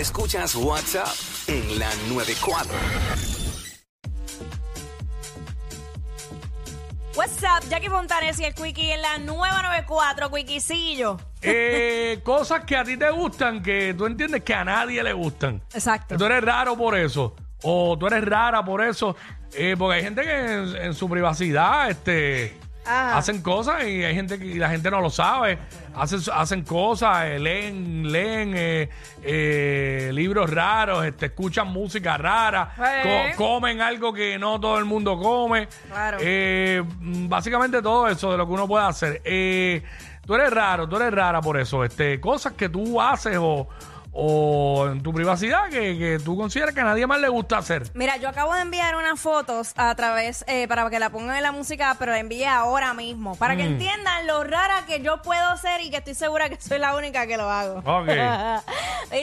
Escuchas WhatsApp en la 94. What's up, Jackie Fontanes y el Quickie en la nueva 94, Quickiecillo. Eh, cosas que a ti te gustan, que tú entiendes que a nadie le gustan. Exacto. Tú eres raro por eso. O tú eres rara por eso. Eh, porque hay gente que en, en su privacidad este, Ah. hacen cosas y hay gente que y la gente no lo sabe. Hacen, hacen cosas, eh, leen, leen eh, eh, libros raros, este, escuchan música rara, Eh. co- comen algo que no todo el mundo come. Claro. Eh, mm, básicamente todo eso de lo que uno puede hacer. Eh, tú eres raro, tú eres rara por eso. Este, cosas que tú haces o, o en tu privacidad que, que tú consideras que a nadie más le gusta hacer. Mira, yo acabo de enviar unas fotos a través, eh, para que la pongan en la música, pero la envié ahora mismo, para que entiendan lo rara que yo puedo ser y que estoy segura que soy la única que lo hago. Ok. Mira,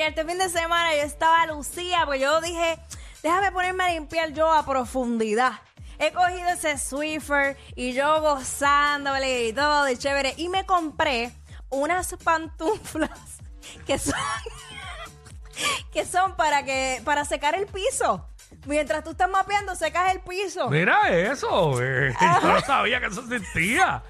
este fin de semana yo estaba lucía, porque yo dije, déjame ponerme a limpiar yo a profundidad. He cogido ese Swiffer y yo gozándole y todo de chévere. Y me compré unas pantuflas que son, que son para, que, para secar el piso. Mientras tú estás mapeando, secas el piso. Mira eso, eh, yo no sabía que eso existía.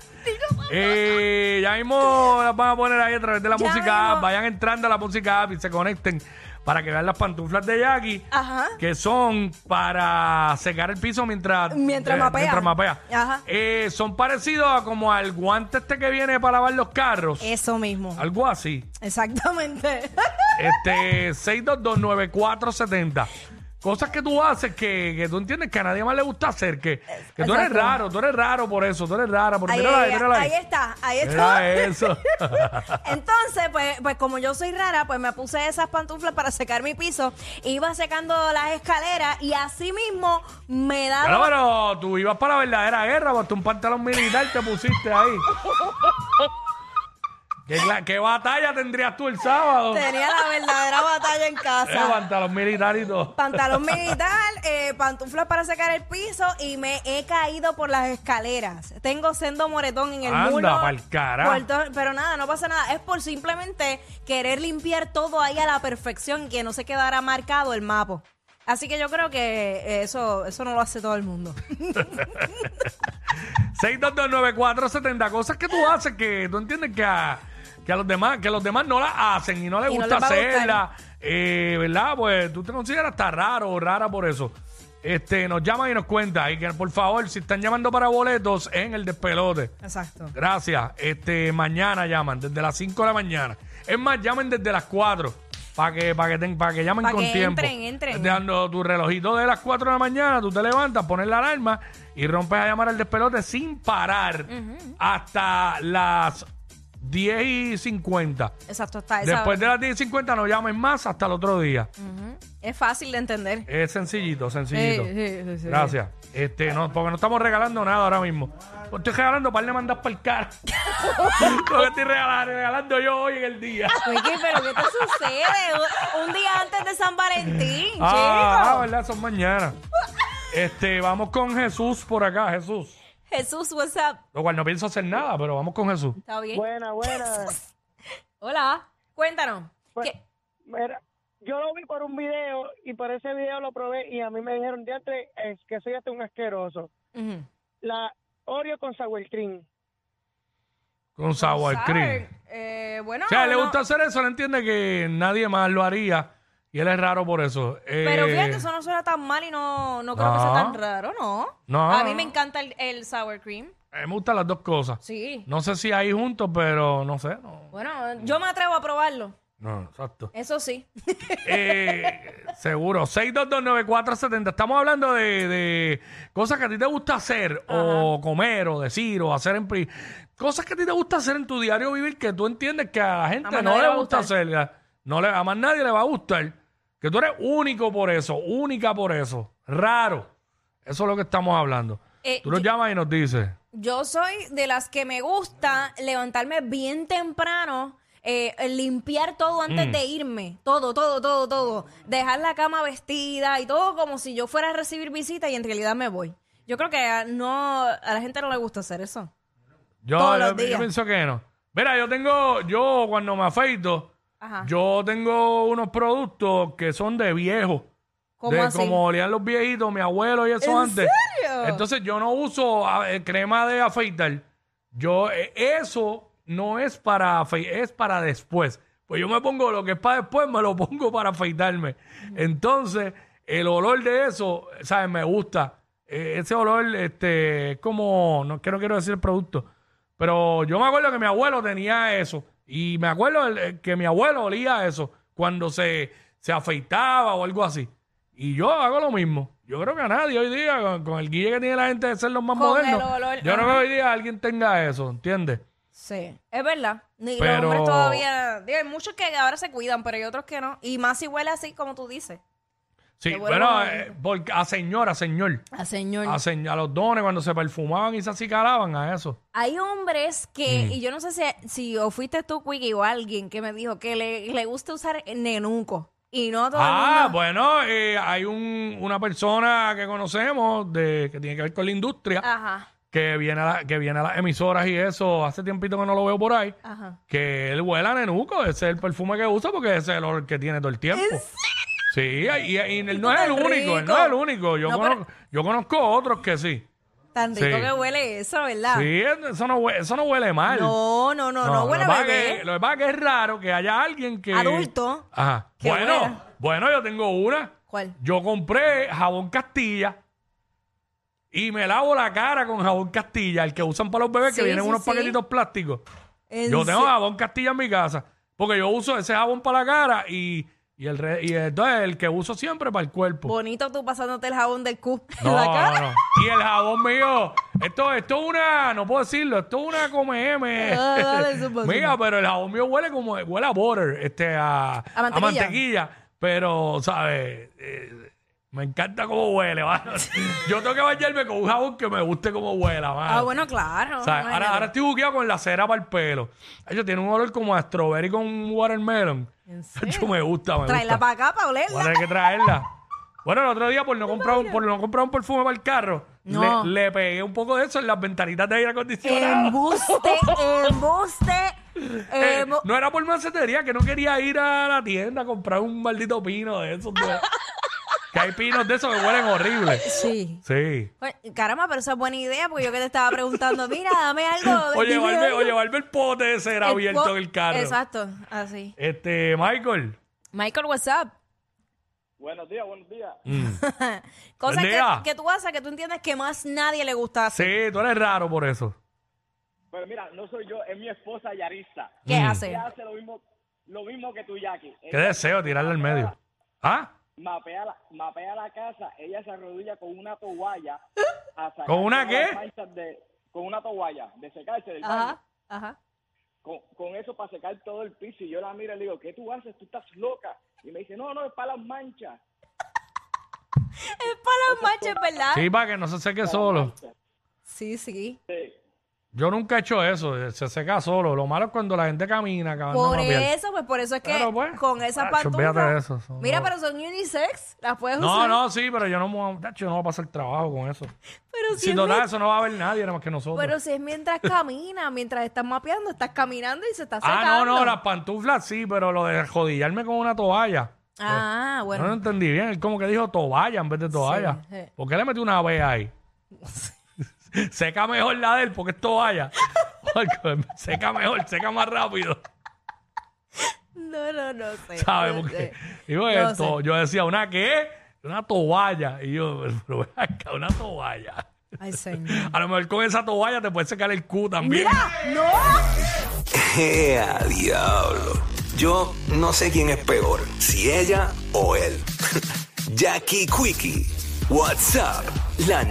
Eh, ya mismo las van a poner ahí a través de la Ya música mismo. app. Vayan entrando a la música app y se conecten para que vean las pantuflas de Jackie, Ajá. que son para secar el piso mientras, eh, Mientras mapea. mientras mapea. Ajá. Eh, son parecidos a como al guante este que viene para lavar los carros, Eso mismo. algo así. Exactamente. Este 6229470. Cosas que tú haces que, que tú entiendes que a nadie más le gusta hacer, que, que tú eres Exacto. raro, tú eres raro por eso, tú eres rara. Por, Ahí, mírala ahí, ahí, mírala ahí. ahí está, ahí está. Mira eso. Entonces, pues, pues como yo soy rara, pues me puse esas pantuflas para secar mi piso. Iba secando las escaleras y así mismo me Claro, daba... pero tú ibas para la verdadera guerra, porque un pantalón militar te pusiste ahí. ¿Qué, cla- qué batalla tendrías tú el sábado? Tenía la verdadera batalla en Eh, casa. pantalón militar y todo. Pantalón militar, eh, pantuflas para secar el piso y me he caído por las escaleras. Tengo sendo moretón en el Anda, muro. pa'l carajo. por todo- pero nada, no pasa nada. Es por simplemente querer limpiar todo ahí a la perfección que no se quedara marcado el mapa. Así que yo creo que eso, eso no lo hace todo el mundo. 6229470, cosas que tú haces que tú entiendes que a, que a los demás, que los demás no las hacen y no les Y no gusta les va a gustar. hacerlas. Eh, ¿Verdad? Pues tú te consideras hasta raro o rara por eso. Este, nos llaman y nos cuenta. Y que por favor, si están llamando para boletos, en el despelote. Exacto. Gracias. Este, mañana llaman, desde las 5 de la mañana. Es más, llamen desde las 4 para que, para que, ten- para que llamen Pa' con que tiempo. entren, entren. Dejando tu relojito de las 4 de la mañana, tú te levantas, pones la alarma y rompes a llamar al despelote sin parar hasta las 10 y 50. Exacto, está esa. Mm. Después de las 10 y 50 no llamen más hasta el otro día. Es fácil de entender. Es sencillito, sencillito. Sí, sí, sí, sí. Gracias. Este, no, porque no estamos regalando nada ahora mismo. Pues Estoy regalando para le mandas para el cara. Lo que estoy regala- regalando yo hoy en el día. Wiki, pero ¿qué te sucede? Un día antes de San Valentín, chico. Ah, ah, verdad, son mañana. Este, vamos con Jesús por acá, Jesús. Jesús, what's up? Lo cual no pienso hacer nada, pero vamos con Jesús. ¿Está bien? Buena, buena. Hola, cuéntanos. Bueno. ¿Qué- Mira, yo lo vi por un video y por ese video lo probé y a mí me dijeron, diantre, es que soy hasta un asqueroso. Ujú. La Oreo con sour cream. Con Sour Cream. Sour, eh, bueno, O sea, le uno- gusta hacer eso, no entiende que nadie más lo haría. Y él es raro por eso. Eh, Pero fíjate, eso no suena tan mal y no, no creo que sea No. tan raro, ¿no? No. A mí me encanta el, el sour cream. a mí me gustan las dos cosas. Sí. No sé si ahí juntos, pero no sé. No, Bueno, yo me atrevo a probarlo. no exacto. Eso sí. Eh, seguro. 6229470. Estamos hablando de, de cosas que a ti te gusta hacer o comer o decir o hacer en... pri- Cosas que a ti te gusta hacer en tu diario vivir que tú entiendes que a la gente más no nadie le le va a gusta gustar. hacer. No le, a más nadie le va a gustar. Que tú eres único por eso, única por eso, raro. Eso es lo que estamos hablando. Eh, tú nos yo- llamas y nos dices. Yo soy de las que me gusta levantarme bien temprano, eh, limpiar todo antes Mm. de irme, todo, todo, todo, todo. Dejar la cama vestida y todo como si yo fuera a recibir visita y en realidad me voy. Yo creo que a- no a la gente no le gusta hacer eso. Yo, Todos yo- los días. yo pienso que no. Mira, yo tengo, yo cuando me afeito, Ajá. yo tengo unos productos que son de viejos. ¿Cómo de así? como olían los viejitos, mi abuelo y eso ¿En antes. serio? Entonces yo no uso a- eh, crema de afeitar. Yo, eh, eso no es para afeitar, es para después. Pues yo me pongo lo que es para después, me lo pongo para afeitarme. Entonces, el olor de eso, ¿sabes? Me gusta. Eh, ese olor, este, es como, no, que no quiero decir el producto, pero yo me acuerdo que mi abuelo tenía eso. Y me acuerdo el- eh, que mi abuelo olía eso cuando se, se afeitaba o algo así. Y yo hago lo mismo. Yo creo que a nadie hoy día, con, con el guille que tiene la gente de ser los más Con el modernos, olor, yo ajá. no creo que hoy día alguien tenga eso, ¿entiendes? Sí, es verdad. Ni los Pero- hombres todavía. digo, hay muchos que ahora se cuidan, pero hay otros que no. Y más si huele así, como tú dices. Sí, Te vuelvo bueno, loco. eh, porque a señor, a señor. A señor. A, señ- a los dones cuando se perfumaban y se acicalaban a eso. Hay hombres que, y yo no sé si, si o fuiste tú, Quickie, o alguien que me dijo que le, le gusta usar nenuco. Y no todo ah, el mundo. bueno, eh, hay un- una persona que conocemos de, que tiene que ver con la industria, Ajá, que, viene a la- que viene a las emisoras y eso. Hace tiempito que no lo veo por ahí. ajá. que él huela a nenuco, ese es el perfume que usa porque ese es el olor que tiene todo el tiempo. Sí, y, y él no es el Tan único, rico. él no es el único. Yo, No, pero- conozco, yo conozco otros que sí. Tan rico Sí. que huele eso, ¿verdad? Sí, eso no, hue- eso no huele mal. Ah. No, no, no, no, huele lo que a pasa es bebé. que- Lo que pasa es que es raro que haya alguien que... Adulto. Ajá. Que Bueno, huela. bueno, yo tengo una. ¿Cuál? Yo compré jabón Castilla y me lavo la cara con jabón Castilla, el que usan para los bebés Sí, que vienen sí, unos sí. paquetitos plásticos. En Yo tengo se- jabón Castilla en mi casa. Porque yo uso ese jabón para la cara y, y el, re- y entonces el que uso siempre para el cuerpo. Bonito tú pasándote el jabón del cu en No, la cara. no, no. Y el jabón mío, esto, esto es una, no puedo decirlo, esto es una come M. Ah, dale, zumba, Mira, pero el jabón mío huele como, huele a butter, este, a, A mantequilla. mantequilla, Pero, ¿sabes? Eh, me encanta cómo huele, mano. Yo tengo que bañarme con un jabón que me guste cómo huela, mano. Ah, bueno, claro. O sea, ahora, imagínate. ahora estoy buqueado con la cera para el pelo. Ellos tienen un olor como a strawberry con watermelon. ¿En serio? Yo me gusta, me Tráela gusta. para acá para Voy a olerla. tener que traerla. Bueno, el otro día por no comprar un, por no comprar un perfume para el carro, No. le, le pegué un poco de eso en las ventanitas de aire acondicionado. Embuste, embuste. Eh, embu- no era por macetería, que no quería ir a la tienda a comprar un maldito pino de esos. de- que hay pinos de esos que huelen horribles. Sí. Sí. Bueno, Pues, Caramba, pero esa es buena idea porque yo que te estaba preguntando, mira, dame algo. O dime llevarme, algo. o llevarme el pote de cera El abierto po- en el carro. Exacto, así. Este, Michael. Michael, what's up? Buenos días, buenos días. Mm. Cosas que, Lea. que tú haces que tú entiendes que más nadie le gusta hacer. Sí, tú eres raro por eso. Pero mira, no soy yo, es mi esposa Yarissa. ¿Qué Mm. hace? hace lo mismo, lo mismo que tú, Jackie. Qué deseo tirarle al medio. ¿Ah? mapea la, mapea la casa, ella se arrodilla con una toalla. a sacar ¿Con una todas qué? las manchas de- con una toalla, de secarse del baño. Ajá, ajá. Con, con eso para secar todo el piso. Y yo la miro y le digo, ¿qué tú haces? Tú estás loca. Y me dice, no, no, es para las manchas. Es para las manchas, ¿verdad? Sí, para que no se seque solo. Sí, sí. Sí. Yo nunca he hecho eso, eh, se seca solo. Lo malo es cuando la gente camina acabando Por la piel. eso, pues por eso es que Claro, pues. con esas Tacho, olvídate de pantuflas. eso, son- mira, no. pero son unisex, las puedes No, usar. no, sí, pero yo no, me voy a- tacho, yo no voy a pasar trabajo con eso. Pero si, Sin es, total, mien- eso no va a haber nadie, nada más que nosotros. pero si es mientras camina, mientras estás mapeando, estás caminando y se está secando. ah, no, no, las pantuflas sí, pero lo de jodillarme con una toalla. Ah, Yo No lo bueno. entendí bien. Él como que dijo toalla en vez de toalla. Sí, sí. ¿Por qué le metió una B ahí? seca mejor la de él porque es toalla. Porque seca mejor, seca más rápido. No, no, no sé. ¿Sabes? no eh, Porque sé. digo, No esto, yo decía, ¿una qué? Una toalla. Y yo, pero ven acá, una toalla. Ay, señor. A lo mejor con esa toalla te puedes secar el cu también. ¡Ea, Eh, diablo! Yo no sé quién es peor, si ella o él. Jackie Quickie, WhatsApp, la